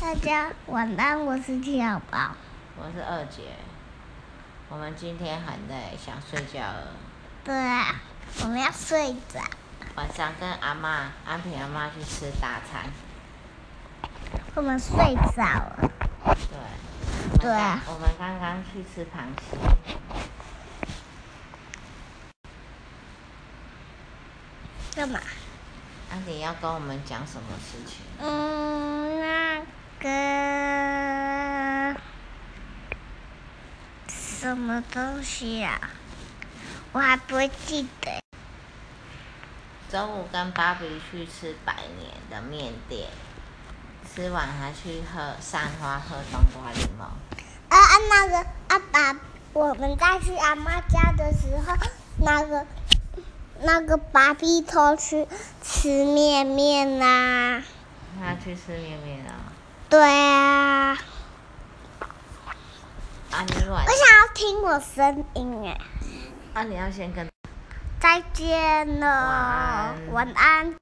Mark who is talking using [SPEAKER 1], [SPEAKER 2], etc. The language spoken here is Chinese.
[SPEAKER 1] 大家晚安，我是七小宝。
[SPEAKER 2] 我是二姐，我们今天很累，想睡觉了。
[SPEAKER 1] 对啊，我们要睡着。
[SPEAKER 2] 晚上跟阿妈、安平阿妈去吃大餐。
[SPEAKER 1] 我们睡着了。
[SPEAKER 2] 对。我们
[SPEAKER 1] 对啊
[SPEAKER 2] 刚我们刚刚去吃螃蟹。
[SPEAKER 1] 干嘛？
[SPEAKER 2] 安迪要跟我们讲什么事情？
[SPEAKER 1] 嗯，那个什么东西啊？我还不会记得。
[SPEAKER 2] 周五跟芭比去吃百年的面店，吃完还去喝散花喝冬瓜柠檬。
[SPEAKER 1] 啊啊，那个阿爸，我们在去阿妈家的时候，那个那个芭比头去吃面面呐、
[SPEAKER 2] 他去吃面面啊！
[SPEAKER 1] 对啊，
[SPEAKER 2] 啊，你晚
[SPEAKER 1] 我想要听我声音哎，
[SPEAKER 2] 啊，你要先跟
[SPEAKER 1] 再见
[SPEAKER 2] 晚
[SPEAKER 1] 了
[SPEAKER 2] 安，
[SPEAKER 1] 晚安。